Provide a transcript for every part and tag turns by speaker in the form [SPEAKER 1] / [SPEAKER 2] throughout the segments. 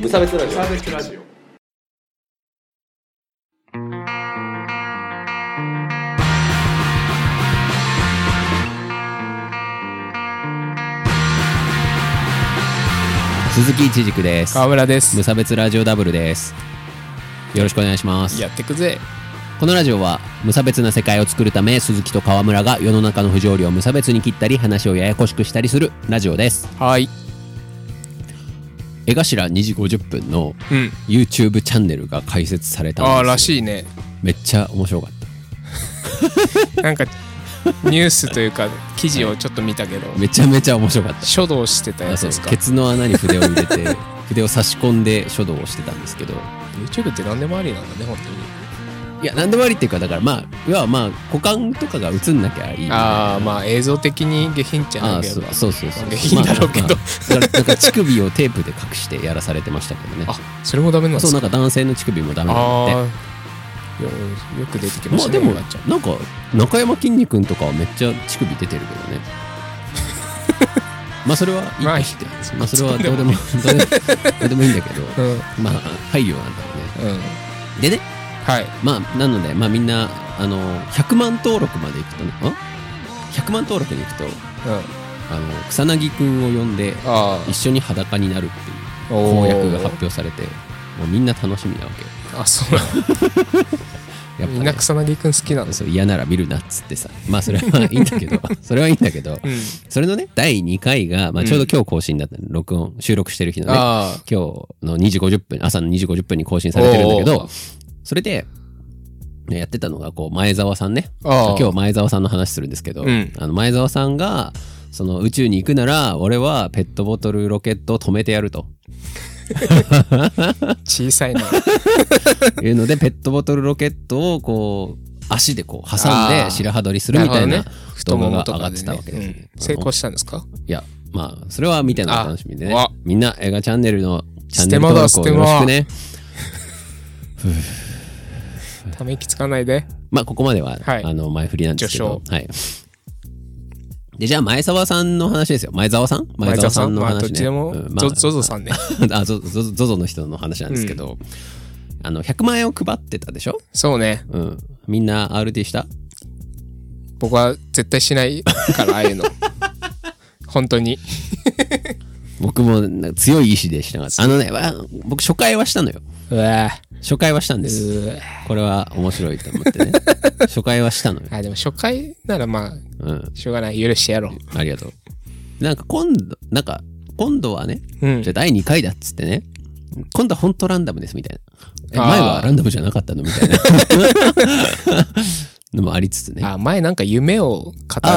[SPEAKER 1] 無差別ラジオ
[SPEAKER 2] サービスラジオ
[SPEAKER 3] 鈴木一軸です
[SPEAKER 2] 川村です
[SPEAKER 3] 無差別ラジオダブルですよろしくお願いします
[SPEAKER 2] やってくぜ
[SPEAKER 3] このラジオは無差別な世界を作るため鈴木と川村が世の中の不条理を無差別に切ったり話をややこしくしたりするラジオです
[SPEAKER 2] はい
[SPEAKER 3] 江頭2時50分の
[SPEAKER 2] うん
[SPEAKER 3] YouTube チャンネルが開設されたんです
[SPEAKER 2] ああらしいね
[SPEAKER 3] めっちゃ面白かっ
[SPEAKER 2] なんかニュースというか記事をちょっと見たけど
[SPEAKER 3] ためちゃめちゃ面白かった
[SPEAKER 2] 書道してたやつですか
[SPEAKER 3] ケツの穴に筆を入れ て筆を差し込んで書道をしてたんですけど
[SPEAKER 2] YouTube って何でもありなんだね本当に
[SPEAKER 3] いや何でもありっていうかだからまあ要はまあ股間とかが映んなきゃいいみたいな
[SPEAKER 2] ああまあ映像的に下品じゃ
[SPEAKER 3] あ
[SPEAKER 2] な
[SPEAKER 3] あ
[SPEAKER 2] いけ
[SPEAKER 3] そ
[SPEAKER 2] ど
[SPEAKER 3] うそうそうそう
[SPEAKER 2] 下品だろうけど
[SPEAKER 3] まあまあだからなんか乳首をテープで隠してやらされてましたけどね
[SPEAKER 2] あそれもダメなんで
[SPEAKER 3] そう
[SPEAKER 2] す
[SPEAKER 3] なん
[SPEAKER 2] か
[SPEAKER 3] か男性の乳首もダメなん
[SPEAKER 2] あ
[SPEAKER 3] だ
[SPEAKER 2] あ
[SPEAKER 3] って
[SPEAKER 2] よよく出てきま
[SPEAKER 3] ま
[SPEAKER 2] し
[SPEAKER 3] あ
[SPEAKER 2] た
[SPEAKER 3] で
[SPEAKER 2] ね
[SPEAKER 3] も
[SPEAKER 2] 岩ちゃん
[SPEAKER 3] なんか中山きんに君とかはめっちゃ乳首出てるけどねまあそれはいいとして、まあ、それはどうでもどうでもどうでもいいんだけど
[SPEAKER 2] うんうん
[SPEAKER 3] まあ配慮なんだろうねでね
[SPEAKER 2] はい
[SPEAKER 3] まあなのでまあみんなあの100万登録までいくとねん100万登録に行くと
[SPEAKER 2] うん
[SPEAKER 3] あの草薙君を呼んで
[SPEAKER 2] あ
[SPEAKER 3] 一緒に裸になるっていう
[SPEAKER 2] あ
[SPEAKER 3] 公約が発表されてもうみんな楽しみなわけよ
[SPEAKER 2] あそうなの
[SPEAKER 3] やっ
[SPEAKER 2] みんな
[SPEAKER 3] ぱ、
[SPEAKER 2] 草薙くん好きなん
[SPEAKER 3] ね、
[SPEAKER 2] です
[SPEAKER 3] そう嫌なら見るなっつってさまあそれはいいんだけどそれはいいんだけど
[SPEAKER 2] うん
[SPEAKER 3] それのね第2回が、まあ、
[SPEAKER 2] うん
[SPEAKER 3] ちょうど今日更新だったの、録音収録してる日のね今
[SPEAKER 2] あ
[SPEAKER 3] 日の2時50分朝の2時50分に更新されてるんだけ
[SPEAKER 2] おうお
[SPEAKER 3] どそれでねやってたのがこう前澤さんね
[SPEAKER 2] あああ
[SPEAKER 3] 今日前澤さんの話するんですけど、
[SPEAKER 2] うん
[SPEAKER 3] あの前澤さんがその宇宙に行くなら俺はペットボトルロケットを止めてやると
[SPEAKER 2] 小さいな
[SPEAKER 3] いうので、ペットボトルロケットをこう、足でこう挟ん
[SPEAKER 2] あー
[SPEAKER 3] で白羽取りするみたい
[SPEAKER 2] な
[SPEAKER 3] な
[SPEAKER 2] るほど
[SPEAKER 3] 動
[SPEAKER 2] 太
[SPEAKER 3] 画
[SPEAKER 2] も
[SPEAKER 3] が
[SPEAKER 2] もと
[SPEAKER 3] 上が
[SPEAKER 2] か
[SPEAKER 3] っ
[SPEAKER 2] で
[SPEAKER 3] て
[SPEAKER 2] ね
[SPEAKER 3] たわけですよね。
[SPEAKER 2] うん成功したんですか
[SPEAKER 3] いや、まあ、それはみたいなお楽しみでね
[SPEAKER 2] あわ。
[SPEAKER 3] みんな映画チャンネルのチャンネル登録をよろしくね。
[SPEAKER 2] ため息つかないで
[SPEAKER 3] まあ、ここまでは、
[SPEAKER 2] はい
[SPEAKER 3] あの、前振りなんですけど
[SPEAKER 2] 序。
[SPEAKER 3] はい。で、じゃあ、前澤さんの話ですよ。前澤さん
[SPEAKER 2] 前澤さんまあどっ
[SPEAKER 3] ね
[SPEAKER 2] ちでも
[SPEAKER 3] うんまあ
[SPEAKER 2] ゾゾゾさんね
[SPEAKER 3] あ、ゾゾゾゾゾの人の話なんですけど、あの、100万円を配ってたでしょ
[SPEAKER 2] そうね
[SPEAKER 3] うん。みんな RT した
[SPEAKER 2] 僕は絶対しないからああいう の本当に
[SPEAKER 3] 僕もなんか強い意志でしなかった。あのね、わ僕初回はしたのよ。
[SPEAKER 2] うわぁ
[SPEAKER 3] 初回はしたんで
[SPEAKER 2] う
[SPEAKER 3] す。
[SPEAKER 2] わぁ
[SPEAKER 3] これは面白いと思 ってね。初回はしたのよ。
[SPEAKER 2] あでも初回ならまあ
[SPEAKER 3] うん。
[SPEAKER 2] しょうがない許してやろう
[SPEAKER 3] ありがとう。なんか今度、なんか今度はね、
[SPEAKER 2] うん
[SPEAKER 3] じゃあ第2回だっつってね、今度は本当ランダムですみたいな。え
[SPEAKER 2] あー
[SPEAKER 3] 前はランダムじゃなかったのみ たいな。のもありつつね。
[SPEAKER 2] あ前なんか夢を語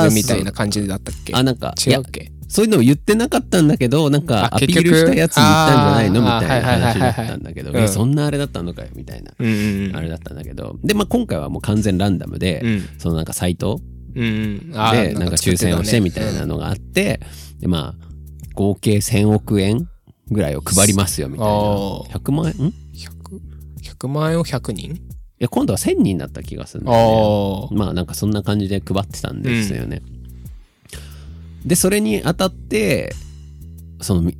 [SPEAKER 2] るみたいな感じだったっけ
[SPEAKER 3] あ、なんか、い
[SPEAKER 2] 違
[SPEAKER 3] や
[SPEAKER 2] うっ、け
[SPEAKER 3] そういうのを言ってなかったんだけど、なんか
[SPEAKER 2] あ
[SPEAKER 3] アピー
[SPEAKER 2] 結
[SPEAKER 3] ル
[SPEAKER 2] 局
[SPEAKER 3] したやつに言ったんじゃないのみ
[SPEAKER 2] あー
[SPEAKER 3] たいな
[SPEAKER 2] はいはい
[SPEAKER 3] 話
[SPEAKER 2] はいは
[SPEAKER 3] だ
[SPEAKER 2] い
[SPEAKER 3] ったんだけど、
[SPEAKER 2] うん
[SPEAKER 3] えそんなあれだったのかよみたいな。
[SPEAKER 2] うんうん
[SPEAKER 3] あれだったんだけどでまあ今回はもう完全ランダムで、
[SPEAKER 2] うん
[SPEAKER 3] そのなんかサイト
[SPEAKER 2] うんあー
[SPEAKER 3] でなんか抽選をしてみたいなのがあってでまあ合計1000億円ぐらいを配りますよみたいな
[SPEAKER 2] あー
[SPEAKER 3] 100万円んい
[SPEAKER 2] 100 100万円を100人
[SPEAKER 3] や今度は1000人だった気がするんだよ
[SPEAKER 2] あ
[SPEAKER 3] ねまあなんかそんな感じで配ってたんですよね、でそれにあたってそのみ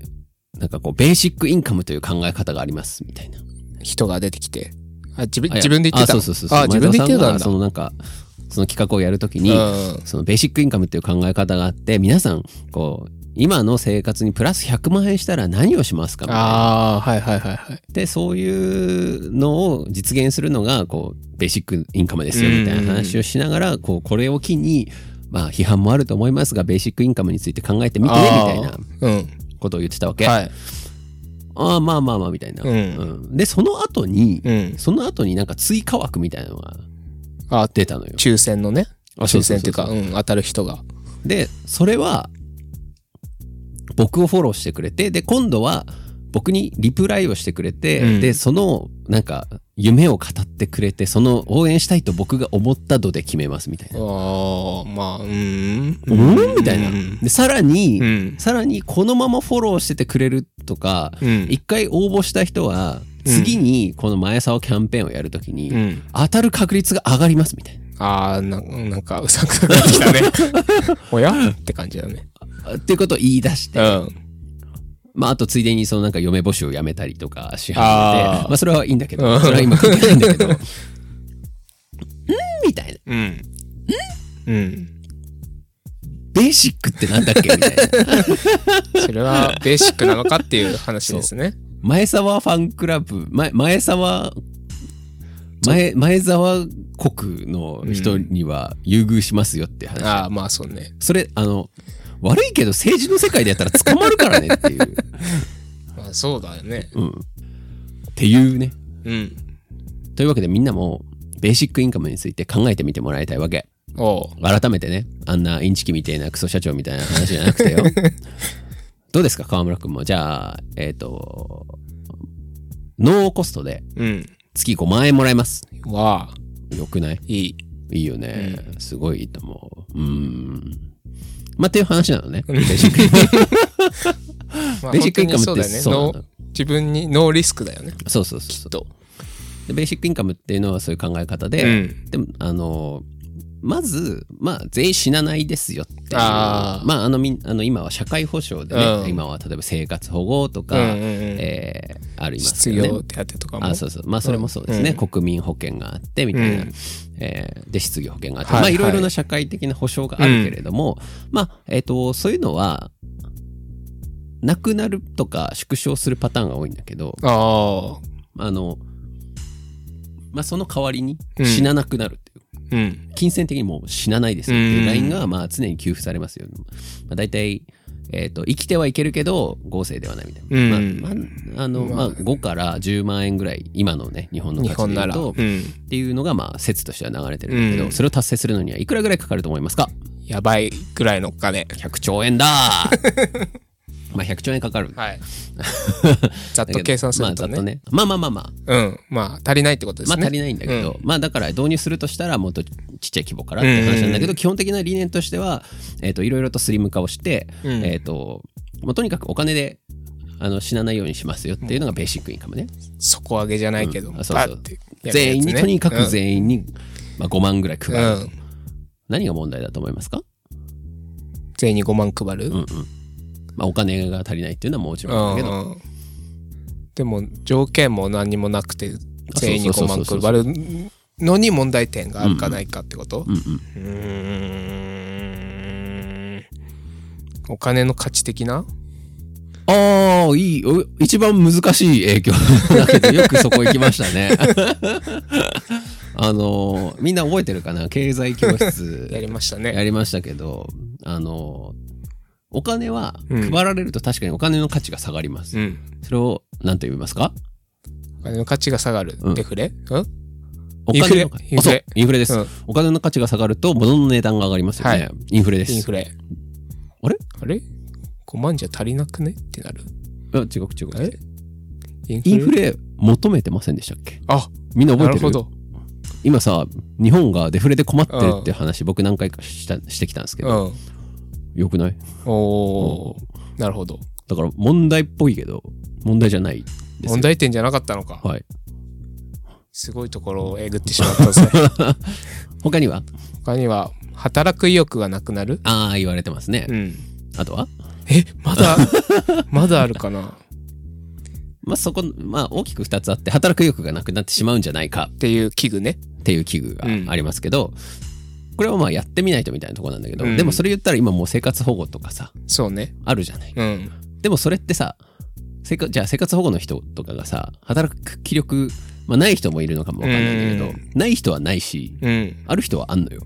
[SPEAKER 3] なんかこうベーシックインカムという考え方がありますみたいな
[SPEAKER 2] あ人が出てきてあ自分
[SPEAKER 3] あ
[SPEAKER 2] 自分で言ってた
[SPEAKER 3] あそうそうそうそう
[SPEAKER 2] あ自分で言ってた
[SPEAKER 3] 前澤さがそ
[SPEAKER 2] んだ
[SPEAKER 3] のなんかその企画をやるときに、
[SPEAKER 2] うん
[SPEAKER 3] そのベーシックインカムっていう考え方があって皆さんこう今の生活にプラス100万円したら何をしますかみたいな
[SPEAKER 2] ああはいはいはいはい
[SPEAKER 3] でそういうのを実現するのがこうベーシックインカムですよみたいな話をしながらこうこれを機にまあ批判もあると思いますがベーシックインカムについて考えてみてねみたいな
[SPEAKER 2] たいな
[SPEAKER 3] ことを言ってたわ
[SPEAKER 2] う
[SPEAKER 3] け、
[SPEAKER 2] んはい
[SPEAKER 3] ああまあまあまあみたいな、
[SPEAKER 2] うん
[SPEAKER 3] んでその後に、
[SPEAKER 2] うん
[SPEAKER 3] その後になんか追加枠みたいなのが
[SPEAKER 2] あ
[SPEAKER 3] 出たのよ
[SPEAKER 2] 抽選のね
[SPEAKER 3] あそ
[SPEAKER 2] 抽
[SPEAKER 3] うそうそうそう
[SPEAKER 2] 選っていうかうん当たる人が
[SPEAKER 3] で、それは、僕をフォローしてくれて、で、今度は、僕にリプライをしてくれて、
[SPEAKER 2] うん
[SPEAKER 3] で、その、なんか、夢を語ってくれて、その、応援したいと僕が思った度で決めます、みたい
[SPEAKER 2] あ
[SPEAKER 3] な。
[SPEAKER 2] あまあ
[SPEAKER 3] う
[SPEAKER 2] う
[SPEAKER 3] んんみたいな
[SPEAKER 2] うん。
[SPEAKER 3] で、さらに、
[SPEAKER 2] うん
[SPEAKER 3] さらに、このままフォローしててくれるとか、
[SPEAKER 2] うん
[SPEAKER 3] 一回応募した人は、
[SPEAKER 2] うん
[SPEAKER 3] 次に、この前沢キャンペーンをやるときに、
[SPEAKER 2] うん
[SPEAKER 3] 当たる確率が上がります、みたいな。
[SPEAKER 2] ああななんかうさんくさくなって きたねおやって感じだね
[SPEAKER 3] あっていうことを言い出して、
[SPEAKER 2] うん
[SPEAKER 3] まあ、あとついでにそのなんか嫁募集をやめたりとかし始め
[SPEAKER 2] あ
[SPEAKER 3] て
[SPEAKER 2] ー
[SPEAKER 3] まあ、それはいいんだけ
[SPEAKER 2] う
[SPEAKER 3] ど
[SPEAKER 2] ん
[SPEAKER 3] それは今関係ないんだけ どうんみたいな
[SPEAKER 2] うん。うん。
[SPEAKER 3] ベーシックってなんだっけみたいな
[SPEAKER 2] それはベーシックなのかっていう話ですね。
[SPEAKER 3] 前沢ファンクラブ前前沢前前沢国の人には優遇しますよって話、
[SPEAKER 2] ああ、まあそうね。
[SPEAKER 3] それあの悪いけど政治の世界でやったら捕まるからねっていう、
[SPEAKER 2] まあそうだよね。
[SPEAKER 3] うん、っていうね
[SPEAKER 2] うん。
[SPEAKER 3] というわけでみんなもベーシックインカムについて考えてみてもらいたいわけ
[SPEAKER 2] おう。
[SPEAKER 3] 改めてねあんなインチキみたいなクソ社長みたいな話じゃなくて よどうですか河村君もじゃあえっ、とノーコストで
[SPEAKER 2] うん。
[SPEAKER 3] 月5万円もらえます
[SPEAKER 2] わあ、
[SPEAKER 3] よくない
[SPEAKER 2] いい。
[SPEAKER 3] いいよね、すごいいいと思ううーんまあっていう話なの ねベーシックインカム
[SPEAKER 2] まあ
[SPEAKER 3] ベーシックインカムって
[SPEAKER 2] 本当にそう
[SPEAKER 3] そう
[SPEAKER 2] だ
[SPEAKER 3] なの
[SPEAKER 2] よね。ノー自分にノーリスクだよね。
[SPEAKER 3] そうそうそうそうでベーシックインカムっていうのはそういう考え方で、
[SPEAKER 2] うん。
[SPEAKER 3] でもあのまずまあ全員死なないですよっていう
[SPEAKER 2] あー
[SPEAKER 3] まああのみんあの今は社会保障でね、
[SPEAKER 2] うん
[SPEAKER 3] 今は例えば生活保護と
[SPEAKER 2] うん
[SPEAKER 3] か、
[SPEAKER 2] うんうん
[SPEAKER 3] えーあります
[SPEAKER 2] 失
[SPEAKER 3] よね
[SPEAKER 2] 業手当とかも。
[SPEAKER 3] あそうそうまあそれもそうですね、
[SPEAKER 2] う
[SPEAKER 3] 国民保険があってみたいな、
[SPEAKER 2] うん
[SPEAKER 3] えーで失業保険があって、
[SPEAKER 2] はい
[SPEAKER 3] まあ
[SPEAKER 2] はい
[SPEAKER 3] いろいろな社会的な保障があるけれども、まあえっ、とそういうのはなくなるとか縮小するパターンが多いんだけど、
[SPEAKER 2] ああ。
[SPEAKER 3] あの、まあ、その代わりに
[SPEAKER 2] うん
[SPEAKER 3] 死ななくなるっていう、
[SPEAKER 2] うん。
[SPEAKER 3] 金銭的にもう死なないですよっていううんラインが、まあ、常に給付されますよ。まあ、大体、えっ、と、生きてはいけるけど、合成ではないみたいな。
[SPEAKER 2] うん
[SPEAKER 3] まあ、まあ、あの、
[SPEAKER 2] ま
[SPEAKER 3] ま
[SPEAKER 2] あ
[SPEAKER 3] あ、5から10万円ぐらい、今のね、日本の
[SPEAKER 2] 日
[SPEAKER 3] 価値
[SPEAKER 2] 本
[SPEAKER 3] で言
[SPEAKER 2] な
[SPEAKER 3] う
[SPEAKER 2] ら。う
[SPEAKER 3] と、
[SPEAKER 2] ん。
[SPEAKER 3] っていうのが、まあ、説としては流れてるんだけど、
[SPEAKER 2] うん
[SPEAKER 3] それを達成するのにはいくらぐらいかかると思いますか
[SPEAKER 2] やばいぐらいのお金。
[SPEAKER 3] ?100 兆円だー まあ、100兆円かかる。
[SPEAKER 2] はい。 ざ
[SPEAKER 3] だ
[SPEAKER 2] っ
[SPEAKER 3] け
[SPEAKER 2] と
[SPEAKER 3] ど
[SPEAKER 2] 計算す
[SPEAKER 3] ま
[SPEAKER 2] る
[SPEAKER 3] あ、ざ
[SPEAKER 2] と
[SPEAKER 3] っと
[SPEAKER 2] ね。
[SPEAKER 3] ね。まあまあまあまあ、
[SPEAKER 2] うん。まあ足りないってことです
[SPEAKER 3] まあ
[SPEAKER 2] ね。
[SPEAKER 3] 足りないんだけど、まあだから導入するとしたらもっとちっちゃい規模からって話なんだけど、基本的な理念としては、えっ、と、いろいろとスリム化をして、
[SPEAKER 2] うん
[SPEAKER 3] えっ、と、もうとにかくお金で、あの、死なないようにしますよっていうのがベーシックインカムね。
[SPEAKER 2] 底上げじゃないけど、
[SPEAKER 3] あそうそう
[SPEAKER 2] バッてやるやつね
[SPEAKER 3] 全員に、とにかく全員に、まあ5万ぐらい配
[SPEAKER 2] う
[SPEAKER 3] る、
[SPEAKER 2] ん、うん
[SPEAKER 3] 何が問題だと思いますか
[SPEAKER 2] 全員に5万配る、
[SPEAKER 3] うんうん。まあお金が足りないっていうのはもちろんだけど、
[SPEAKER 2] うんうんでも条件も何にもなくて全員に
[SPEAKER 3] そうそ
[SPEAKER 2] 5
[SPEAKER 3] う
[SPEAKER 2] 万
[SPEAKER 3] そうそう
[SPEAKER 2] 配るのに問題点があるかないかってこと
[SPEAKER 3] うんうん。
[SPEAKER 2] うーんお金の価値的な
[SPEAKER 3] ああ、いい、お一番難しい影響だけど、よくそこ行きました ね。あのー、みんな覚えてるかな経済教
[SPEAKER 2] や
[SPEAKER 3] 室
[SPEAKER 2] りました
[SPEAKER 3] や
[SPEAKER 2] ね
[SPEAKER 3] りましたけど、あのー、お金は
[SPEAKER 2] うん
[SPEAKER 3] 配られると確かにお金の価値が下がります。
[SPEAKER 2] うん
[SPEAKER 3] それを何と呼びますか
[SPEAKER 2] お金の価値が下がる、
[SPEAKER 3] うん
[SPEAKER 2] デフレうん
[SPEAKER 3] お
[SPEAKER 2] インフレ
[SPEAKER 3] 金の
[SPEAKER 2] インフレ
[SPEAKER 3] あそうインフレです、
[SPEAKER 2] うん
[SPEAKER 3] お金の価値が下がると物の値段が上がりますよね。
[SPEAKER 2] はい
[SPEAKER 3] インフレで
[SPEAKER 2] イン
[SPEAKER 3] す。
[SPEAKER 2] フレ
[SPEAKER 3] あれ
[SPEAKER 2] あれ ?5 万じゃ足りなくねってなる
[SPEAKER 3] あ違う違う
[SPEAKER 2] あ
[SPEAKER 3] 違
[SPEAKER 2] れ
[SPEAKER 3] う。
[SPEAKER 2] インフレ
[SPEAKER 3] インフレ求めてませんでしたっけ
[SPEAKER 2] あ
[SPEAKER 3] みんな覚
[SPEAKER 2] な
[SPEAKER 3] えて
[SPEAKER 2] る
[SPEAKER 3] る
[SPEAKER 2] ほど
[SPEAKER 3] 今さ日本がデフレで困ってるって話僕何回かしたしてきたんですけ
[SPEAKER 2] う
[SPEAKER 3] ど、
[SPEAKER 2] ん
[SPEAKER 3] よくない
[SPEAKER 2] おーなるほど
[SPEAKER 3] だから問題っぽいけど問題じゃないですよ
[SPEAKER 2] 問題点じゃなかったのか
[SPEAKER 3] はい
[SPEAKER 2] すごいところをえぐってしまっ たぜ
[SPEAKER 3] 他には
[SPEAKER 2] 他には働く意欲がなくなる
[SPEAKER 3] ああ言われてますね、
[SPEAKER 2] うん
[SPEAKER 3] あとは
[SPEAKER 2] えまだまだあるかな
[SPEAKER 3] まあそこまあ大きく2つあって働く意欲がなくなってしまうんじゃないか
[SPEAKER 2] っていう器具ね
[SPEAKER 3] っていう器具がありますけど、これはまあやってみないとみたいなところなんだけど、
[SPEAKER 2] うん
[SPEAKER 3] でもそれ言ったら今もう生活保護とかさ
[SPEAKER 2] そうね
[SPEAKER 3] あるじゃない
[SPEAKER 2] うん
[SPEAKER 3] でもそれってさ生活じゃあ生活保護の人とかがさ働く気力、まあ、ない人もいるのかもわかんないんだけど、
[SPEAKER 2] う
[SPEAKER 3] ない人はないし
[SPEAKER 2] うん
[SPEAKER 3] ある人はあんのよ。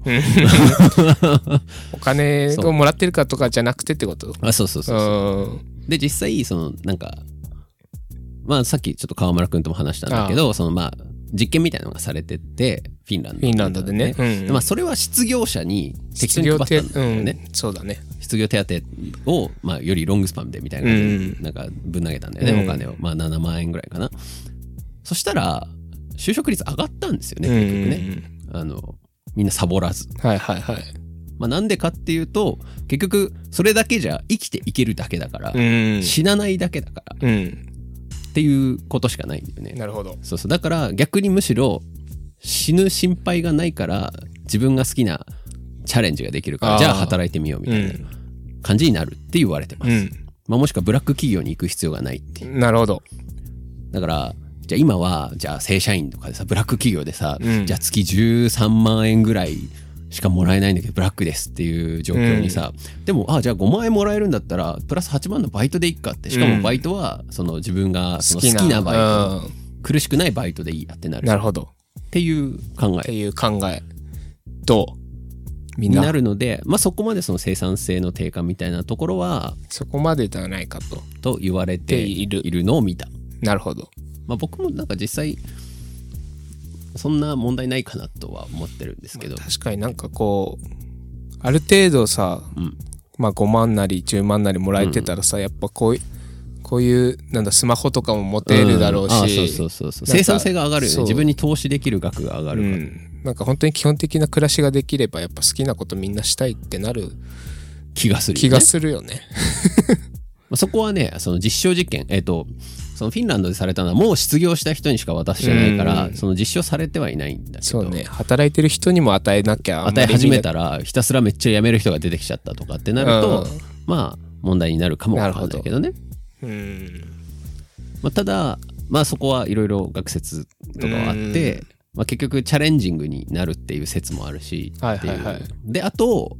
[SPEAKER 2] お金をもらってるかとかじゃなくてってこと
[SPEAKER 3] あそうそう
[SPEAKER 2] う
[SPEAKER 3] そうそう。
[SPEAKER 2] ん
[SPEAKER 3] で実際そのなんかまあさっきちょっと川村君とも話したんだけどそのまあ実験みたいなのがされててフィンランド
[SPEAKER 2] フィンランドでねうん
[SPEAKER 3] まあ、それは失業者に適当
[SPEAKER 2] 失
[SPEAKER 3] に
[SPEAKER 2] 業
[SPEAKER 3] 配
[SPEAKER 2] 手
[SPEAKER 3] ったんだよね。
[SPEAKER 2] うんそうだね
[SPEAKER 3] 失業手当を、まあ、よりロングスパンでみたいな感じで
[SPEAKER 2] う
[SPEAKER 3] なんかぶん投げたんだよね、
[SPEAKER 2] うん
[SPEAKER 3] お金をまあ7万円ぐらいかなそしたら就職率上がったんですよね
[SPEAKER 2] うん
[SPEAKER 3] 結局ね、あのみんなサボらず
[SPEAKER 2] はいはいはい
[SPEAKER 3] まあなんでかっていうと結局それだけじゃ生きていけるだけだから、
[SPEAKER 2] うん
[SPEAKER 3] 死なないだけだから
[SPEAKER 2] うん
[SPEAKER 3] っていうことしかないんだよね
[SPEAKER 2] なるほど
[SPEAKER 3] そうそうだから逆にむしろ死ぬ心配がないから自分が好きなチャレンジができるか
[SPEAKER 2] あ
[SPEAKER 3] ら
[SPEAKER 2] ー
[SPEAKER 3] じゃあ働いてみようみ
[SPEAKER 2] う
[SPEAKER 3] たいなん感じになるって言われてます、
[SPEAKER 2] うん
[SPEAKER 3] まあ、もしくはブラック企業に行く必要がないっていう。
[SPEAKER 2] なるほど。
[SPEAKER 3] だから、じゃあ今は、じゃあ正社員とかでさ、ブラック企業でさ、
[SPEAKER 2] うん
[SPEAKER 3] じゃあ月13万円ぐらいしかもらえないんだけど、ブラックですっていう状況にさ、でも、あ、じゃあ5万円もらえるんだったら、プラス8万のバイトでいっかって。しか
[SPEAKER 2] う
[SPEAKER 3] も
[SPEAKER 2] ん
[SPEAKER 3] バイトは、その自分がそ
[SPEAKER 2] 好
[SPEAKER 3] の好
[SPEAKER 2] きな。
[SPEAKER 3] きなバイト、
[SPEAKER 2] うん
[SPEAKER 3] 苦しくないバイトでいいやってなる。
[SPEAKER 2] なるほど。
[SPEAKER 3] っていう考
[SPEAKER 2] っ
[SPEAKER 3] え
[SPEAKER 2] ていう考え。どうみん
[SPEAKER 3] に
[SPEAKER 2] な
[SPEAKER 3] なるので、まあそこまでその生産性の低下みたいなところは、
[SPEAKER 2] そこまでではないかと。
[SPEAKER 3] と言われてい
[SPEAKER 2] でいる
[SPEAKER 3] るのを見た。
[SPEAKER 2] なるほど。
[SPEAKER 3] まあ、僕もなんか実際そんな問題ないかなとは思ってるんですけど、
[SPEAKER 2] 確かになんかこう、ある程度さ、
[SPEAKER 3] うん
[SPEAKER 2] まあ5万なり10万なりもらえてたらさ、やっぱこういこういう、なんだ、スマホとかも持てるだろうし、
[SPEAKER 3] んあそうそうそうそう
[SPEAKER 2] なんか
[SPEAKER 3] 生産性が上がるよね
[SPEAKER 2] そう
[SPEAKER 3] 自分に投資できる額が上がる
[SPEAKER 2] う
[SPEAKER 3] から、
[SPEAKER 2] ん、なんか本当に基本的な暮らしができればやっぱ好きなことみんなしたいってなる
[SPEAKER 3] 気がするよね
[SPEAKER 2] 気がするよね。
[SPEAKER 3] まあ、そこはねその実証実験えっ、とそのフィンランドでされたのはもう失業した人にしか渡しじゃないから、
[SPEAKER 2] うん
[SPEAKER 3] その実証されてはいないんだけ
[SPEAKER 2] そ
[SPEAKER 3] ど、
[SPEAKER 2] うね働いてる人にも与えなきゃあん
[SPEAKER 3] 与
[SPEAKER 2] ま
[SPEAKER 3] え
[SPEAKER 2] り
[SPEAKER 3] 始めたらひたすらめっちゃ辞める人が出てきちゃったとかってなると、
[SPEAKER 2] うん
[SPEAKER 3] まあ問題になるかもわかん
[SPEAKER 2] なる
[SPEAKER 3] ない
[SPEAKER 2] ほど
[SPEAKER 3] けどね
[SPEAKER 2] うん
[SPEAKER 3] まあ、ただ、まあ、そこはいろいろ学説とかはあって
[SPEAKER 2] う、
[SPEAKER 3] まあ、結局チャレンジングになるっていう説もあるし
[SPEAKER 2] はいはいはい
[SPEAKER 3] ってうであと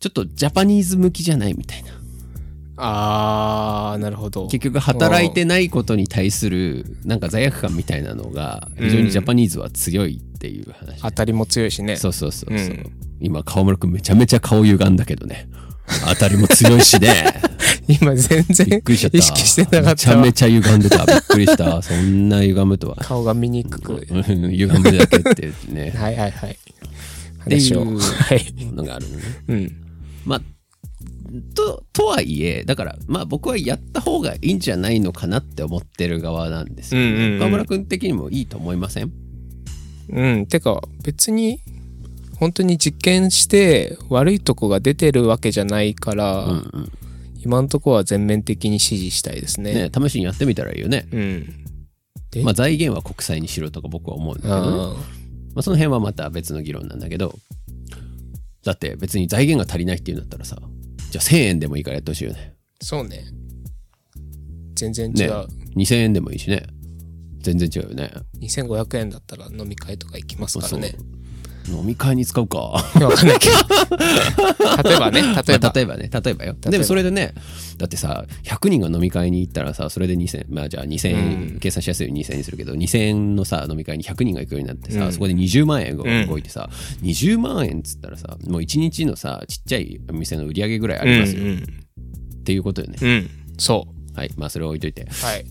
[SPEAKER 3] ちょっとジャパニーズ向きじゃないみたいな
[SPEAKER 2] あーなるほど。
[SPEAKER 3] 結局働いてないことに対するなんか罪悪感みたいなのが非常にジャパニーズは強いっていう話、
[SPEAKER 2] 当たりも強いしね。
[SPEAKER 3] そうそうそうそう、
[SPEAKER 2] うん
[SPEAKER 3] 今川村君めちゃめちゃ顔歪んだけどね当たりも強いしね
[SPEAKER 2] 今全
[SPEAKER 3] び
[SPEAKER 2] 然
[SPEAKER 3] っくりしちゃった
[SPEAKER 2] 意識してなか
[SPEAKER 3] め
[SPEAKER 2] っ
[SPEAKER 3] ちゃ
[SPEAKER 2] た
[SPEAKER 3] め
[SPEAKER 2] わ。
[SPEAKER 3] ちゃ歪んでたびっくりしたそんな歪むとは
[SPEAKER 2] 顔が見にくく。
[SPEAKER 3] うん歪んでだけっていう ね
[SPEAKER 2] はいはいはい。
[SPEAKER 3] ていう
[SPEAKER 2] 話を。はい。
[SPEAKER 3] のがあるのね。
[SPEAKER 2] うん。
[SPEAKER 3] まあととはいえだからまあ僕はやった方がいいんじゃないのかなって思ってる側なんですよ、
[SPEAKER 2] うんうんうん
[SPEAKER 3] 岡村君的にもいいと思いません
[SPEAKER 2] うん。てか、別に、本当に実験して悪いとこが出てるわけじゃないから、
[SPEAKER 3] うんうん
[SPEAKER 2] 今んとこは全面的に支持したいですね。
[SPEAKER 3] ね試しにやってみたらいいよね、
[SPEAKER 2] うん。え
[SPEAKER 3] まあ、財源は国債にしろとか僕は思うんだけどね、
[SPEAKER 2] あ
[SPEAKER 3] まあ、その辺はまた別の議論なんだけどだって別に財源が足りないっていうんだったらさじゃあ1000円でもいいからやってほしいよね
[SPEAKER 2] ーそうね。全然違
[SPEAKER 3] ね
[SPEAKER 2] う。
[SPEAKER 3] 2000円でもいいしね全然違うよね
[SPEAKER 2] 2500円だったら飲み会とか行きますからね。
[SPEAKER 3] 飲み会に使うか
[SPEAKER 2] わかんないけ ど。例えばね、例え
[SPEAKER 3] ま
[SPEAKER 2] ば
[SPEAKER 3] あ。例えばね例えばよ
[SPEAKER 2] ば
[SPEAKER 3] でもそれでねだってさ100人が飲み会に行ったらさそれで2000まあじゃあ2000円、計算しやすいように2000円にするけど2000円のさ飲み会に100人が行くようになってさ、そこで20万円が動いてさ、20万円っつったらさもう1日のさちっちゃいお店の売り上げぐらいありますよ、
[SPEAKER 2] うん
[SPEAKER 3] っていうことよね
[SPEAKER 2] うん。うん。そ
[SPEAKER 3] はいまあそれは置いといて
[SPEAKER 2] う。はい。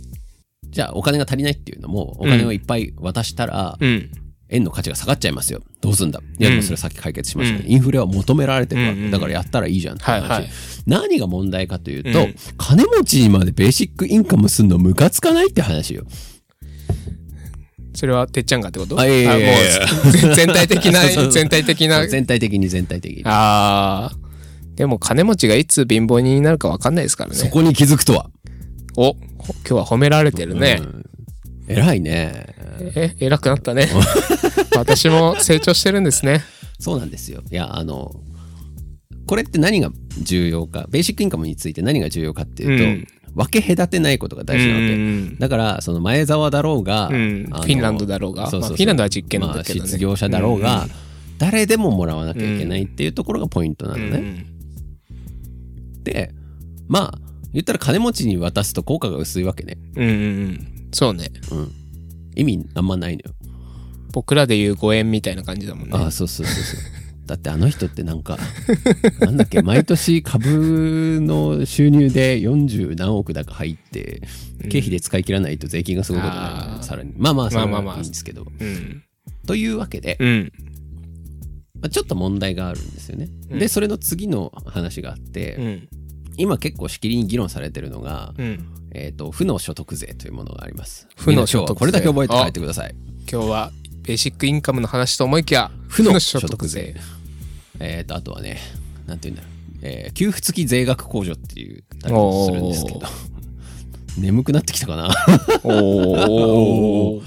[SPEAKER 3] じゃあお金が足りないっていうのもお金をいっぱい渡したら、
[SPEAKER 2] うん。
[SPEAKER 3] 円の価値が下がっちゃいますよ。どうすんだいや、もうそれさっき解決しましたね。インフレは求められてるわけ。だからやったらいいじゃんって話。
[SPEAKER 2] はいはい
[SPEAKER 3] 何が問題かというと、金持ちにまでベーシックインカムすんのムカつかないって話よ。
[SPEAKER 2] それはてっちゃんがってこと
[SPEAKER 3] あいやいやいやいや
[SPEAKER 2] あもう全全体的
[SPEAKER 3] そうそうそ
[SPEAKER 2] な、
[SPEAKER 3] う
[SPEAKER 2] 全体的な。
[SPEAKER 3] 全体的に全体的に。
[SPEAKER 2] ああ。でも金持ちがいつ貧乏人になるか分かんないですから
[SPEAKER 3] そ
[SPEAKER 2] ね。
[SPEAKER 3] こに気づくとは。
[SPEAKER 2] お、ほ今日は褒められてるね。
[SPEAKER 3] 偉いね。
[SPEAKER 2] え、偉くなった ね。私も成長してるんですね。
[SPEAKER 3] そうなんですよ。いや、あの、これって何が重要か、ベーシックインカムについて何が重要かっていうと、分け隔てないことが大事なわけ。
[SPEAKER 2] うん
[SPEAKER 3] だから、その前澤だろうが、
[SPEAKER 2] うん
[SPEAKER 3] あの
[SPEAKER 2] フィンランドだろう
[SPEAKER 3] そ
[SPEAKER 2] が
[SPEAKER 3] うそうそう
[SPEAKER 2] まあフィンランドは実験なんだけどね
[SPEAKER 3] まあ失業者だろうが、誰でももらわなきゃいけないっていうところがポイントなの
[SPEAKER 2] う
[SPEAKER 3] ね。
[SPEAKER 2] ん
[SPEAKER 3] で、まあ、言ったら金持ちに渡すと効果が薄いわけね。
[SPEAKER 2] うんうん。そうね。
[SPEAKER 3] 意味あんまないのよ。
[SPEAKER 2] 僕らで言うご縁みたいな感じだもんね。
[SPEAKER 3] ああ、そうそうそう そう。だってあの人ってなんか、なんだっけ、毎年株の収入で40何億だか入って、経費で使い切らないと税金がすごいことにな
[SPEAKER 2] あ
[SPEAKER 3] る。
[SPEAKER 2] ー
[SPEAKER 3] さらに。まあまあ、それ
[SPEAKER 2] まあまあ
[SPEAKER 3] は
[SPEAKER 2] まあ
[SPEAKER 3] いいんですけど。
[SPEAKER 2] うん。
[SPEAKER 3] というわけで、
[SPEAKER 2] うん。
[SPEAKER 3] まあ、ちょっと問題があるんですよね。
[SPEAKER 2] うん
[SPEAKER 3] で、それの次の話があって、
[SPEAKER 2] うん。
[SPEAKER 3] 今結構しきりに議論されてるのが、
[SPEAKER 2] うん。
[SPEAKER 3] えっ、と、負の所得税というものがあります。
[SPEAKER 2] 負の所
[SPEAKER 3] みんな今日は
[SPEAKER 2] 得税
[SPEAKER 3] これだけ覚えて帰ってください。
[SPEAKER 2] 今日はベーシックインカムの話と思いきや、
[SPEAKER 3] 負の所得税。。えっ、と、あとはね、なんて言うんだろう。えー給付付き税額控除っていうタイプをするんですけど
[SPEAKER 2] おー、
[SPEAKER 3] 眠くなってきたかな
[SPEAKER 2] おお。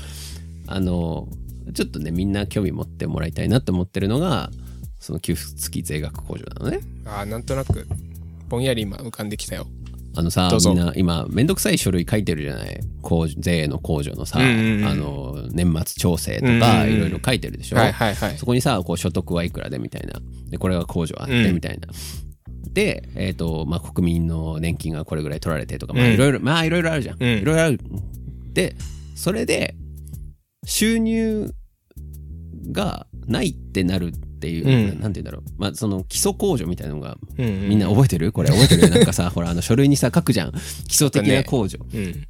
[SPEAKER 3] あの、ちょっとね、みんな興味持ってもらいたいなと思ってるのが、その給付付き税額控除なのね。
[SPEAKER 2] あーなんとなくぼんやり今浮かんできたよ
[SPEAKER 3] あのさ
[SPEAKER 2] どう
[SPEAKER 3] み
[SPEAKER 2] ぞ
[SPEAKER 3] んな今めんどくさい書類書いてるじゃない控除税の控除のさ、
[SPEAKER 2] うんうんうん
[SPEAKER 3] あの年末調整と
[SPEAKER 2] う
[SPEAKER 3] か
[SPEAKER 2] んうんうん
[SPEAKER 3] いろいろ書いてるでしょ、
[SPEAKER 2] はいはいはい
[SPEAKER 3] そこにさこう所得はいくらでみたいなでこれは控除あってみたいな、で、えーとまあ、国民の年金がこれぐらい取られてとか、まあ、
[SPEAKER 2] うん
[SPEAKER 3] いろいろまあいろいろあるじゃん、
[SPEAKER 2] うん
[SPEAKER 3] いろいろあるでそれで収入がないってなるっていう、
[SPEAKER 2] うん
[SPEAKER 3] なんて言うんだろう、まあ、その基礎控除みたいなのが
[SPEAKER 2] うんうん
[SPEAKER 3] みんな覚えてるこれ覚えてるなんかさ ほらあの書類にさ書くじゃん基礎的な控除、
[SPEAKER 2] うん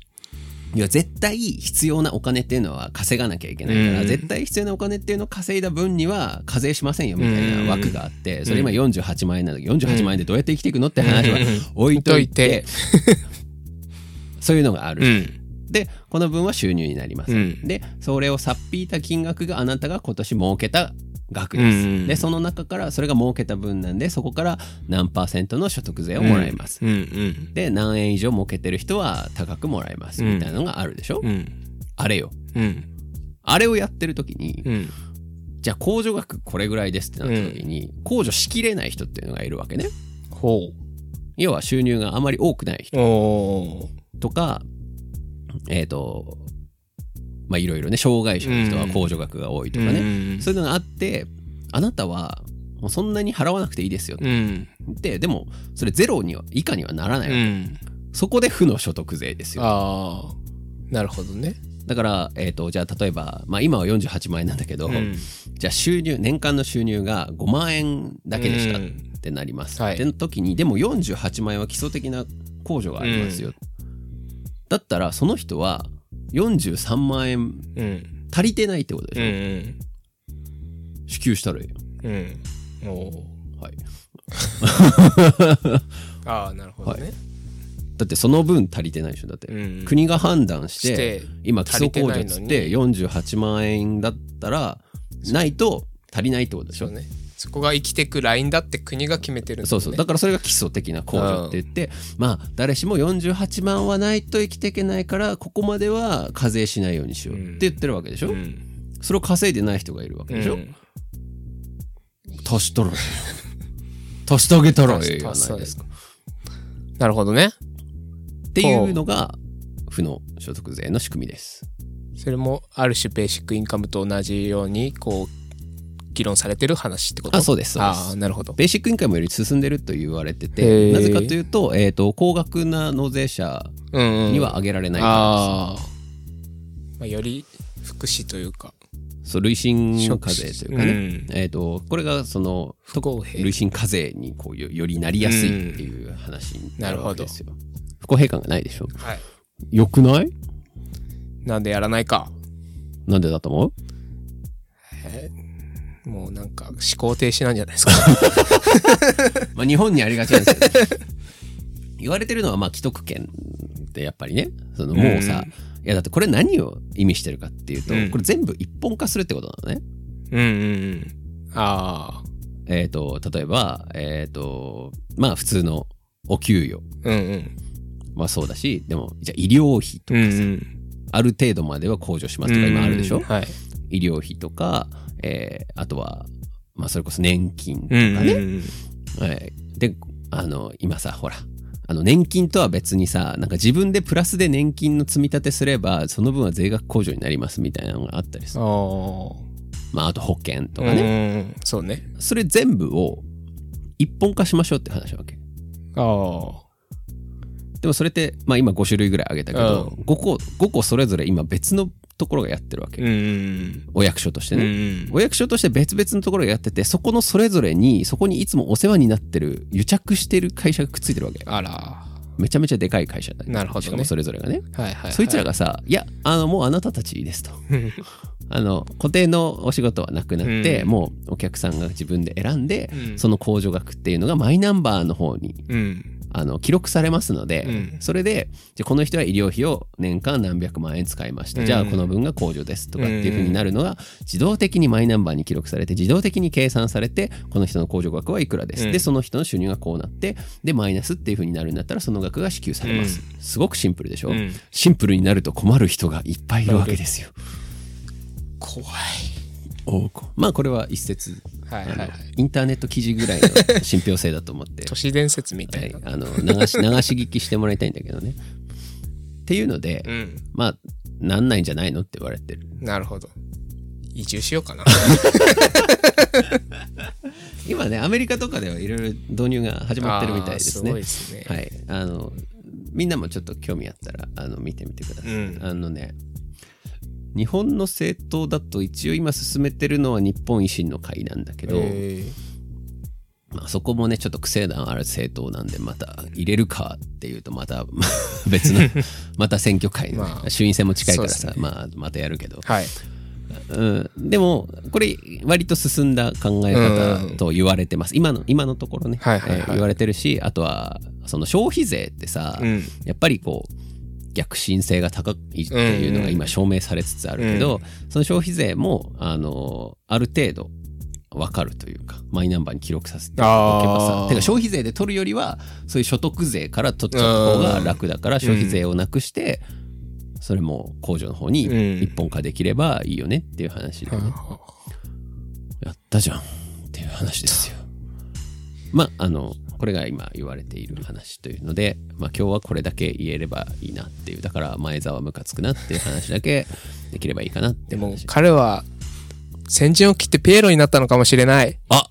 [SPEAKER 3] いや絶対必要なお金っていうのは稼がなきゃいけないから、
[SPEAKER 2] うん
[SPEAKER 3] 絶対必要なお金っていうのを稼いだ分には課税しませんよみたいな枠があって、
[SPEAKER 2] ん
[SPEAKER 3] それ今48万円なんだけど48万円でどうやって生きていくのって話は
[SPEAKER 2] うん
[SPEAKER 3] 置いといて
[SPEAKER 2] 置
[SPEAKER 3] そういうのがあ
[SPEAKER 2] う
[SPEAKER 3] る、
[SPEAKER 2] ん
[SPEAKER 3] でこの分は収入になります、
[SPEAKER 2] うん
[SPEAKER 3] でそれをさっぴいた金額があなたが今年儲けた額です、
[SPEAKER 2] うん
[SPEAKER 3] でその中からそれが儲けた分なんでそこから何パーセントの所得税をもらいます、
[SPEAKER 2] うんうん
[SPEAKER 3] で何円以上儲けてる人は高くもらえますみたいなのがあるでしょ、
[SPEAKER 2] うん
[SPEAKER 3] あれよ
[SPEAKER 2] うん
[SPEAKER 3] あれをやってる時に、
[SPEAKER 2] うん
[SPEAKER 3] じゃあ控除額これぐらいですってなった時に、控除しきれない人っていうのがいるわけね
[SPEAKER 2] ほ
[SPEAKER 3] 要は収入があまり多くない人
[SPEAKER 2] うお
[SPEAKER 3] とかえっ、とまあいろいろね障害者の人は控除額が多いとかね、
[SPEAKER 2] ね
[SPEAKER 3] そういうのがあってあなたはもうそんなに払わなくていいですよって
[SPEAKER 2] うん
[SPEAKER 3] 言ってでもそれゼロには以下にはならな
[SPEAKER 2] う
[SPEAKER 3] い、
[SPEAKER 2] ん
[SPEAKER 3] そこで負の所得税ですよ
[SPEAKER 2] ああなるほどね
[SPEAKER 3] だから、えー、とじゃあ例えば、まあ、今は48万円なんだけど、
[SPEAKER 2] うん
[SPEAKER 3] じゃあ収入年間の収入が5万円だけでした
[SPEAKER 2] う
[SPEAKER 3] っ
[SPEAKER 2] ん
[SPEAKER 3] てなります、
[SPEAKER 2] はい
[SPEAKER 3] って時にでも48万円は基礎的な控除がありますよ、だったらその人は43万円
[SPEAKER 2] うん
[SPEAKER 3] 足りてないってことでし
[SPEAKER 2] う
[SPEAKER 3] ょ、
[SPEAKER 2] ん
[SPEAKER 3] 支給したらいいよ
[SPEAKER 2] うんうんおー
[SPEAKER 3] はい
[SPEAKER 2] ああなるほどね
[SPEAKER 3] だってその分足りてないでしょだって、
[SPEAKER 2] うん
[SPEAKER 3] 国が判断して
[SPEAKER 2] して
[SPEAKER 3] 今基礎控除っ
[SPEAKER 2] 足
[SPEAKER 3] つ
[SPEAKER 2] り
[SPEAKER 3] ってて48万円だったらないと足りないってことでし
[SPEAKER 2] そ
[SPEAKER 3] ょ
[SPEAKER 2] うねそこが生きてくラインだって国が決めてるんだ
[SPEAKER 3] そうそう
[SPEAKER 2] ね
[SPEAKER 3] だからそれが基礎的な控除って言って、まあ誰しも48万はないと生きていけないからここまでは課税しないようにしようって言ってるわけでしょ、
[SPEAKER 2] うん
[SPEAKER 3] それを稼いでない人がいるわけでしょ、
[SPEAKER 2] うん
[SPEAKER 3] 足したらいいよ 足してあげたらいいじゃ
[SPEAKER 2] 足し
[SPEAKER 3] な
[SPEAKER 2] た
[SPEAKER 3] いですか
[SPEAKER 2] なるほどね
[SPEAKER 3] っていうのが負の所得税の仕組みです
[SPEAKER 2] それもある種ベーシックインカムと同じようにこう議論されてる話ってこと
[SPEAKER 3] あそうですそうです
[SPEAKER 2] ああなるほど
[SPEAKER 3] ベーシックインカムより進んでると言われて
[SPEAKER 2] へ
[SPEAKER 3] て
[SPEAKER 2] ー
[SPEAKER 3] なぜかというと,、えー、と高額な納税者
[SPEAKER 2] うんうん
[SPEAKER 3] には上げられないから
[SPEAKER 2] ああまあより福祉というか
[SPEAKER 3] です、そう累進課税というかね、
[SPEAKER 2] うん
[SPEAKER 3] えー、とこれがその
[SPEAKER 2] 不公平
[SPEAKER 3] 累進課税にこうよよりなりやすいっていう話になるわけですよ。不公平感がないでしょ。
[SPEAKER 2] はい
[SPEAKER 3] よくない
[SPEAKER 2] なんでやらないか
[SPEAKER 3] なんでだと思う
[SPEAKER 2] もうなんか思考停止なんじゃな いですか
[SPEAKER 3] まあ日本にありがちなんですけど 言われてるのはまあ既得権ってやっぱりねそのもうさ、
[SPEAKER 2] うん
[SPEAKER 3] いやだってこれ何を意味してるかっていうと、
[SPEAKER 2] うん
[SPEAKER 3] これ全部一本化するってことなのね。
[SPEAKER 2] うんうんうんああ
[SPEAKER 3] えっ、と例えばえっ、とまあ普通のお給与
[SPEAKER 2] うんうん
[SPEAKER 3] はそうだしでもじゃあ医療費
[SPEAKER 2] うんうん
[SPEAKER 3] ある程度までは控除しますとか今あるでしょ、
[SPEAKER 2] うんうんはい
[SPEAKER 3] 医療費とか、えーあとは、まあ、それこそ年金とか
[SPEAKER 2] う
[SPEAKER 3] ね、
[SPEAKER 2] んうんうん
[SPEAKER 3] えーであの今さほらあの年金とは別にさなんか自分でプラスで年金の積み立てすればその分は税額控除になりますみたいなのがあったりさ、
[SPEAKER 2] ああ
[SPEAKER 3] まあ、あと保険と
[SPEAKER 2] と
[SPEAKER 3] かね、
[SPEAKER 2] そうね。
[SPEAKER 3] それ全部を一本化しましょうって話なわけ
[SPEAKER 2] ああ。
[SPEAKER 3] でもそれって、まあ、今5種類ぐらいあげたけど、
[SPEAKER 2] う
[SPEAKER 3] 5個5個それぞれ今別のところがやってるわけ、
[SPEAKER 2] うん。
[SPEAKER 3] お役所として
[SPEAKER 2] うんう
[SPEAKER 3] ね、
[SPEAKER 2] ん。
[SPEAKER 3] お役所として別々のところがやっててそこのそれぞれにそこにいつもお世話になってる癒着してる会社がくっついてるわけ
[SPEAKER 2] あら。は
[SPEAKER 3] めちゃめちゃでかい会社だ
[SPEAKER 2] なるほどね
[SPEAKER 3] しかもそれぞれがね、
[SPEAKER 2] いはい、はい。
[SPEAKER 3] そいつらがさ「いやあのもうあなたたちいいです」と
[SPEAKER 2] うん。
[SPEAKER 3] あの固定のお仕事はなくなって、
[SPEAKER 2] うん
[SPEAKER 3] もうお客さんが自分で選んで、
[SPEAKER 2] うん
[SPEAKER 3] その控除額っていうのがマイナンバーの方に
[SPEAKER 2] うん。
[SPEAKER 3] あの記録されますので、
[SPEAKER 2] うん
[SPEAKER 3] それでじゃあこの人は医療費を年間何百万円使いました、
[SPEAKER 2] うん
[SPEAKER 3] じゃあこの分が控除ですとかっていうふうになるのが自動的にマイナンバーに記録されて自動的に計算されてこの人の控除額はいくらです、
[SPEAKER 2] うん
[SPEAKER 3] でその人の収入がこうなってでマイナスっていうふうになるんだったらその額が支給されます、すごくシンプルでしょ、
[SPEAKER 2] うん
[SPEAKER 3] シンプルになると困る人がいっぱいいるわけですよ
[SPEAKER 2] 怖い。
[SPEAKER 3] おうこまあこれは一説
[SPEAKER 2] はいはいは
[SPEAKER 3] あ
[SPEAKER 2] い
[SPEAKER 3] のインターネット記事ぐらいの信憑性だと思って
[SPEAKER 2] 都市伝説みた
[SPEAKER 3] はいい
[SPEAKER 2] な、、
[SPEAKER 3] あの流 し流し聞きしてもらいたいんだけどね。っていうので、
[SPEAKER 2] うん
[SPEAKER 3] まあなんないんじゃないのって言われてる。
[SPEAKER 2] なるほど移住しようかな
[SPEAKER 3] 今ねアメリカとかではいろいろ導入が始まってるみたいですね。
[SPEAKER 2] あーすごいですね
[SPEAKER 3] はい、あのみんなもちょっと興味あったらあの見てみてください。
[SPEAKER 2] うん
[SPEAKER 3] あのね日本の政党だと一応今進めてるのは日本維新の会なんだけど、
[SPEAKER 2] えー
[SPEAKER 3] まあ、そこもねちょっと癖のある政党なんでまた入れるかっていうとまた 別 のまた選挙会のね、
[SPEAKER 2] まあ
[SPEAKER 3] 衆院選も近いから
[SPEAKER 2] そ
[SPEAKER 3] さ、
[SPEAKER 2] うで
[SPEAKER 3] まあ、またやるけど、
[SPEAKER 2] はい
[SPEAKER 3] うん、でもこれ割と進んだ考え方と言われてます、今の今のところね、
[SPEAKER 2] はいはいはい
[SPEAKER 3] えー言われてるしあとはその消費税ってさ、
[SPEAKER 2] うん
[SPEAKER 3] やっぱりこう逆進性が高いっていうのが今証明されつつあるけど、その消費税もあのある程度分かるというかマイナンバーに記録させておけば
[SPEAKER 2] あ
[SPEAKER 3] さ
[SPEAKER 2] ー
[SPEAKER 3] てか消費税で取るよりはそういう所得税から取っちゃう方が楽だから消費税をなくして、それも控除の方に
[SPEAKER 2] うん
[SPEAKER 3] 一本化できればいいよねっていう話でね、やったじゃんっていう話ですよ。まああのこれが今言われている話というので、まあ、今日はこれだけ言えればいいなっていうだから前澤ムカつくなっていう話だけ できればいいかなって
[SPEAKER 2] で
[SPEAKER 3] いう
[SPEAKER 2] も
[SPEAKER 3] 話
[SPEAKER 2] 彼は先陣を切ってピエロになったのかもしれない
[SPEAKER 3] あ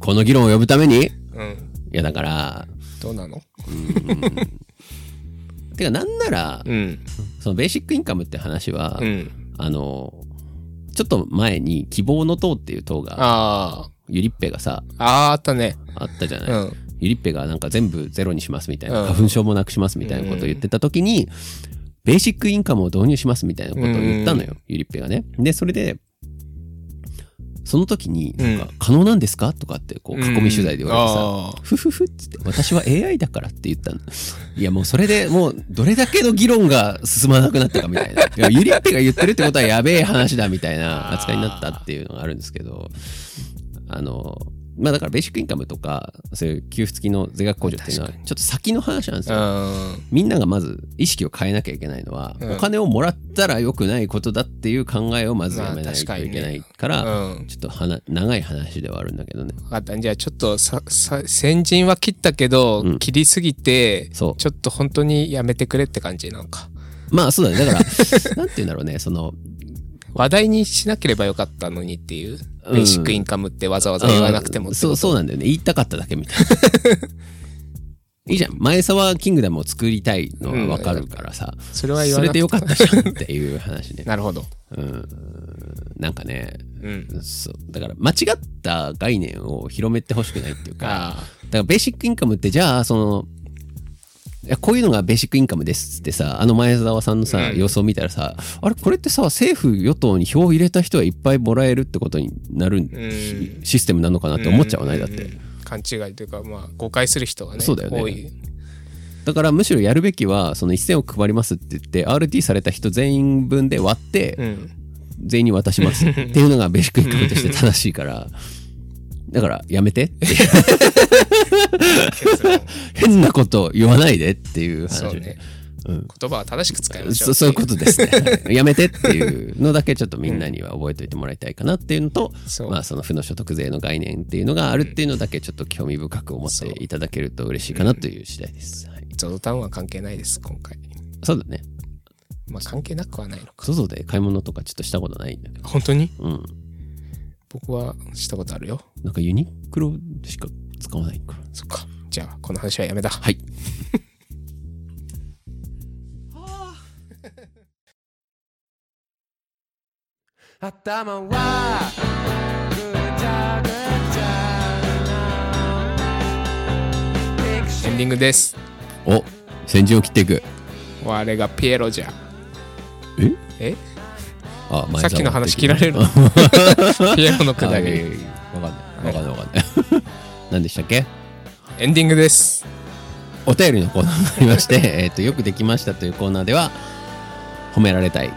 [SPEAKER 3] この議論を呼ぶためにい
[SPEAKER 2] うん
[SPEAKER 3] やだから
[SPEAKER 2] どうなの
[SPEAKER 3] てかなんなら、
[SPEAKER 2] うん
[SPEAKER 3] そのベーシックインカムって話は、
[SPEAKER 2] うん
[SPEAKER 3] あのちょっと前に希望の党っていう党が
[SPEAKER 2] あ
[SPEAKER 3] ユリッペがさ
[SPEAKER 2] ああーあったね
[SPEAKER 3] あったじゃない、
[SPEAKER 2] うん
[SPEAKER 3] ユリッペがなんか全部ゼロにしますみたいな、
[SPEAKER 2] うん
[SPEAKER 3] 花粉症もなくしますみたいなことを言ってた時に、ベーシックインカムを導入しますみたいなことを言ったのよ、
[SPEAKER 2] う
[SPEAKER 3] ユリッペがね。で、それで、その時に、なん
[SPEAKER 2] う
[SPEAKER 3] か、可能なんですかとかって、こう、囲み取材で言われてさ、
[SPEAKER 2] あ
[SPEAKER 3] ふふふっつって、私は AI だからって言ったの。いや、もうそれでもう、どれだけの議論が進まなくなったかみたいな。いやユリッペが言ってるってことはやべえ話だみたいな扱いになったっていうのがあるんですけど、あの、まあだからベーシックインカムとか、そういう給付付きの税額控除っていうのは、ちょっと先の話なんですよ。
[SPEAKER 2] ーうん
[SPEAKER 3] みんながまず意識を変えなきゃいけないのは、
[SPEAKER 2] うん
[SPEAKER 3] お金をもらったら良くないことだっていう考えをまずやめ
[SPEAKER 2] ま
[SPEAKER 3] な
[SPEAKER 2] あ
[SPEAKER 3] い
[SPEAKER 2] 確
[SPEAKER 3] と
[SPEAKER 2] かに
[SPEAKER 3] い
[SPEAKER 2] ね
[SPEAKER 3] けないから、
[SPEAKER 2] うん
[SPEAKER 3] ちょっとはな長い話ではあるんだけどね。
[SPEAKER 2] 分かったじゃあちょっとささ先陣は切ったけど、
[SPEAKER 3] うん
[SPEAKER 2] 切りすぎてち
[SPEAKER 3] そ
[SPEAKER 2] ょ
[SPEAKER 3] う
[SPEAKER 2] っと本当にやめてくれって感じなんか
[SPEAKER 3] まあそうだね。だから、 なんて言うんだろうね、その、
[SPEAKER 2] 話題にしなければよかったのにっていう、
[SPEAKER 3] うん
[SPEAKER 2] ベーシックインカムってわざわざ言わなくてもって
[SPEAKER 3] そうそうなんだよね言いたかっただけみたいな いいじゃん前澤キングダムを作りたいのはわかるからさ、
[SPEAKER 2] それは言
[SPEAKER 3] そ
[SPEAKER 2] わな
[SPEAKER 3] れで
[SPEAKER 2] くて
[SPEAKER 3] よかったじゃんっていう話ね
[SPEAKER 2] なるほど
[SPEAKER 3] うんなんかね
[SPEAKER 2] うん
[SPEAKER 3] そうだから間違った概念を広めてほしくないっていうかだ
[SPEAKER 2] あ
[SPEAKER 3] からベーシックインカムってじゃあそのいやこういうのがベーシックインカムですってさあの前澤さんのさ、様子を見たらさあれこれってさ政府与党に票を入れた人はいっぱいもらえるってことになるしシステムなのかなって思っちゃわないだって
[SPEAKER 2] ー勘違いというかまあ誤解する人がね
[SPEAKER 3] そうだよね
[SPEAKER 2] 多い
[SPEAKER 3] だからむしろやるべきはその1000億配りますって言って RT された人全員分で割って
[SPEAKER 2] うん
[SPEAKER 3] 全員に渡しますっていうのがベーシックインカムとして正しいからだからやめ てっていう 変なこと言わないでっていう話
[SPEAKER 2] そうね言葉は正しく使いましょ
[SPEAKER 3] そ
[SPEAKER 2] う
[SPEAKER 3] そういうことですね はいやめてっていうのだけちょっとみんなには覚えておいてもらいたいかなっていうのと、
[SPEAKER 2] そう
[SPEAKER 3] まあその負の所得税の概念っていうのがあるっていうのだけちょっと興味深く思っていただけると嬉しいかなという次第です、はい、
[SPEAKER 2] ゾゾタウンは関係ないです今回
[SPEAKER 3] そうだね
[SPEAKER 2] まあ関係なくはないのか
[SPEAKER 3] そうそうで買い物とかちょっとしたことないんだけど
[SPEAKER 2] 本当に
[SPEAKER 3] うん
[SPEAKER 2] 僕はしたことあるよ
[SPEAKER 3] なんかユニクロしか使わないから。
[SPEAKER 2] そっかじゃあこの話はやめだ
[SPEAKER 3] はい。
[SPEAKER 1] 頭はぐちゃぐちゃになるピクシ
[SPEAKER 2] エンディングです
[SPEAKER 3] お先陣を切っていく。
[SPEAKER 2] 我がピエロじゃえ
[SPEAKER 3] あ、前
[SPEAKER 2] さっきの話切られるピエロのくだり
[SPEAKER 3] わかんない。わかんない。わかんない。 何でしたっけ
[SPEAKER 2] エンディングです
[SPEAKER 3] お便りのコーナーがありまして、 えっと、よくできましたというコーナーでは、褒められたい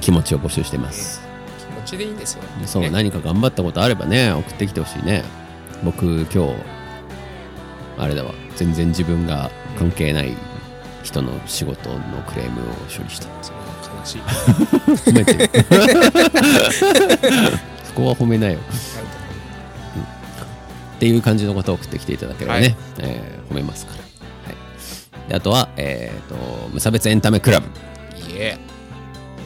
[SPEAKER 3] 気持ちを募集してます。
[SPEAKER 2] 気持ちでいいんですよ
[SPEAKER 3] そう、
[SPEAKER 2] ね
[SPEAKER 3] 何か頑張ったことあればね、送ってきてほしいね。僕、今日、あれだわ。全然自分が関係ない人の仕事のクレームを処理した。
[SPEAKER 2] その悲しい
[SPEAKER 3] 褒めてる そこは褒めなよ
[SPEAKER 2] なんか
[SPEAKER 3] っていう感じのことを送ってきていただければね、えー褒めますから、はい、であとは、えーと「無差別エンタメクラブ
[SPEAKER 2] いえ」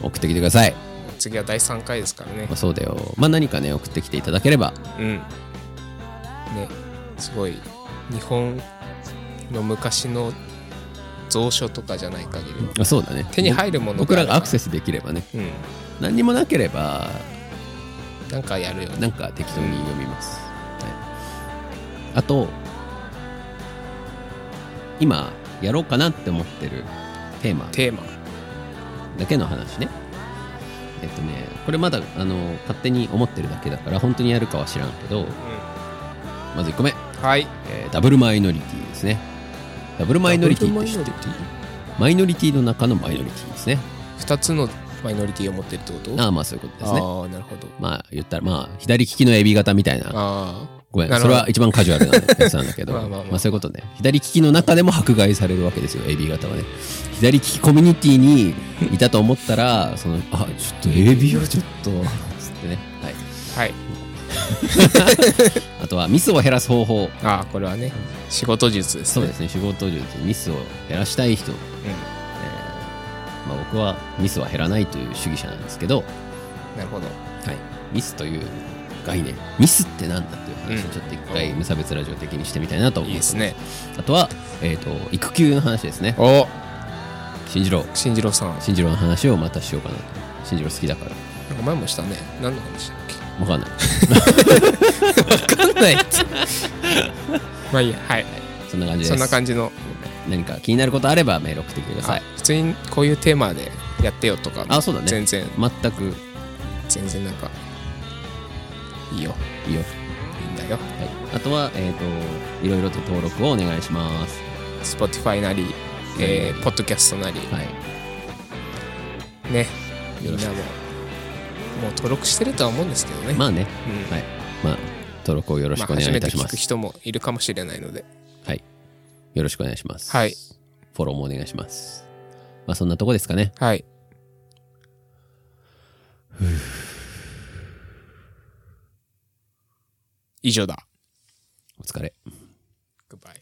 [SPEAKER 3] 送ってきてください、
[SPEAKER 2] 次は第3回ですからね
[SPEAKER 3] まあ、そうだよまあ何かね送ってきていただければ
[SPEAKER 2] うんねすごい日本の昔の蔵書とかじゃない限りは
[SPEAKER 3] あそうだね
[SPEAKER 2] 手に入るもの
[SPEAKER 3] 僕らがアクセ
[SPEAKER 2] ス
[SPEAKER 3] スできればね
[SPEAKER 2] うん
[SPEAKER 3] 何にもなければ
[SPEAKER 2] なんかやるよね
[SPEAKER 3] なんか適当に読みます、はい、あと今やろうかなって思ってるテーマ
[SPEAKER 2] テーマ
[SPEAKER 3] だけの話ねえっとねこれまだあの勝手に思ってるだけだから本当にやるかは知らんけどまず1個目、
[SPEAKER 2] はい
[SPEAKER 3] えーダブルマイノリティですねダブルマイノリティって知ってる
[SPEAKER 2] ダブルマイノリ
[SPEAKER 3] マイノリティの中のマイノリティですね
[SPEAKER 2] 2つのマイノリティを持ってるってこと
[SPEAKER 3] ああまあそういうことですね
[SPEAKER 2] ああなるほど
[SPEAKER 3] まあ言ったらまあ左利きのエビ型みたいな
[SPEAKER 2] ああ
[SPEAKER 3] ごめん、
[SPEAKER 2] なる
[SPEAKER 3] そ
[SPEAKER 2] ほ
[SPEAKER 3] れ
[SPEAKER 2] ど
[SPEAKER 3] は一番カジュアルなやつなんだけど、
[SPEAKER 2] ま
[SPEAKER 3] ま
[SPEAKER 2] あ
[SPEAKER 3] あ
[SPEAKER 2] まあまあ
[SPEAKER 3] そういうことね。左利きの中でも迫害されるわけですよ、AB 型はね。左利きコミュニティにいたと思ったら、その、あ、ちょっと AB はちょっと、つってね。はい。
[SPEAKER 2] はい
[SPEAKER 3] あとは、ミスを減らす方法。
[SPEAKER 2] ああこれはね仕事術です
[SPEAKER 3] そう
[SPEAKER 2] ね
[SPEAKER 3] ですね、仕事術、ミスを減らしたい人。えーまあ、僕はミスは減らないという主義者なんですけど、
[SPEAKER 2] うんなるほど
[SPEAKER 3] はい、ミスという概念ミスってなんだっていう話をちょっと一回
[SPEAKER 2] うん
[SPEAKER 3] 無差別ラジオ的にしてみたいなと思
[SPEAKER 2] いい
[SPEAKER 3] いま
[SPEAKER 2] ですすね
[SPEAKER 3] あとは、えー、と育休の話ですね
[SPEAKER 2] お
[SPEAKER 3] 新次郎
[SPEAKER 2] 新次郎さん
[SPEAKER 3] 新次郎の話をまたしようかなと新次郎好きだから
[SPEAKER 2] なんか前もしたね何の話だっけ
[SPEAKER 3] わかんない
[SPEAKER 2] 分かんないまあいいやはい
[SPEAKER 3] そんな感じです
[SPEAKER 2] そんな感じの
[SPEAKER 3] 何か気になることあればメール送ってきてくださ
[SPEAKER 2] はい
[SPEAKER 3] い、
[SPEAKER 2] 普通にこういうテーマでやってよとか
[SPEAKER 3] あそうだね
[SPEAKER 2] 全然
[SPEAKER 3] 全く
[SPEAKER 2] 全然なんかいいよ
[SPEAKER 3] いいよ、
[SPEAKER 2] いいんだ
[SPEAKER 3] は
[SPEAKER 2] よ
[SPEAKER 3] い、あとはえっ、といろいろと登録をお願いします
[SPEAKER 2] Spotify なり、えー、ポッドキャストなり
[SPEAKER 3] はい
[SPEAKER 2] ねみ
[SPEAKER 3] よ
[SPEAKER 2] ん
[SPEAKER 3] ろし
[SPEAKER 2] な
[SPEAKER 3] く
[SPEAKER 2] ももう登録してるとは思うんですけどね、
[SPEAKER 3] まあね、
[SPEAKER 2] うん
[SPEAKER 3] はいまあ登録をよろし
[SPEAKER 2] まあ
[SPEAKER 3] くお願
[SPEAKER 2] 初
[SPEAKER 3] い
[SPEAKER 2] め
[SPEAKER 3] い
[SPEAKER 2] て
[SPEAKER 3] たしま
[SPEAKER 2] 聞く
[SPEAKER 3] す、
[SPEAKER 2] 人もいるかもしれないので
[SPEAKER 3] はいよろしくお願いします
[SPEAKER 2] はい
[SPEAKER 3] フォローもお願いしますまあそんなとこですかね
[SPEAKER 2] はい以上だ
[SPEAKER 3] お疲れ
[SPEAKER 2] Goodbye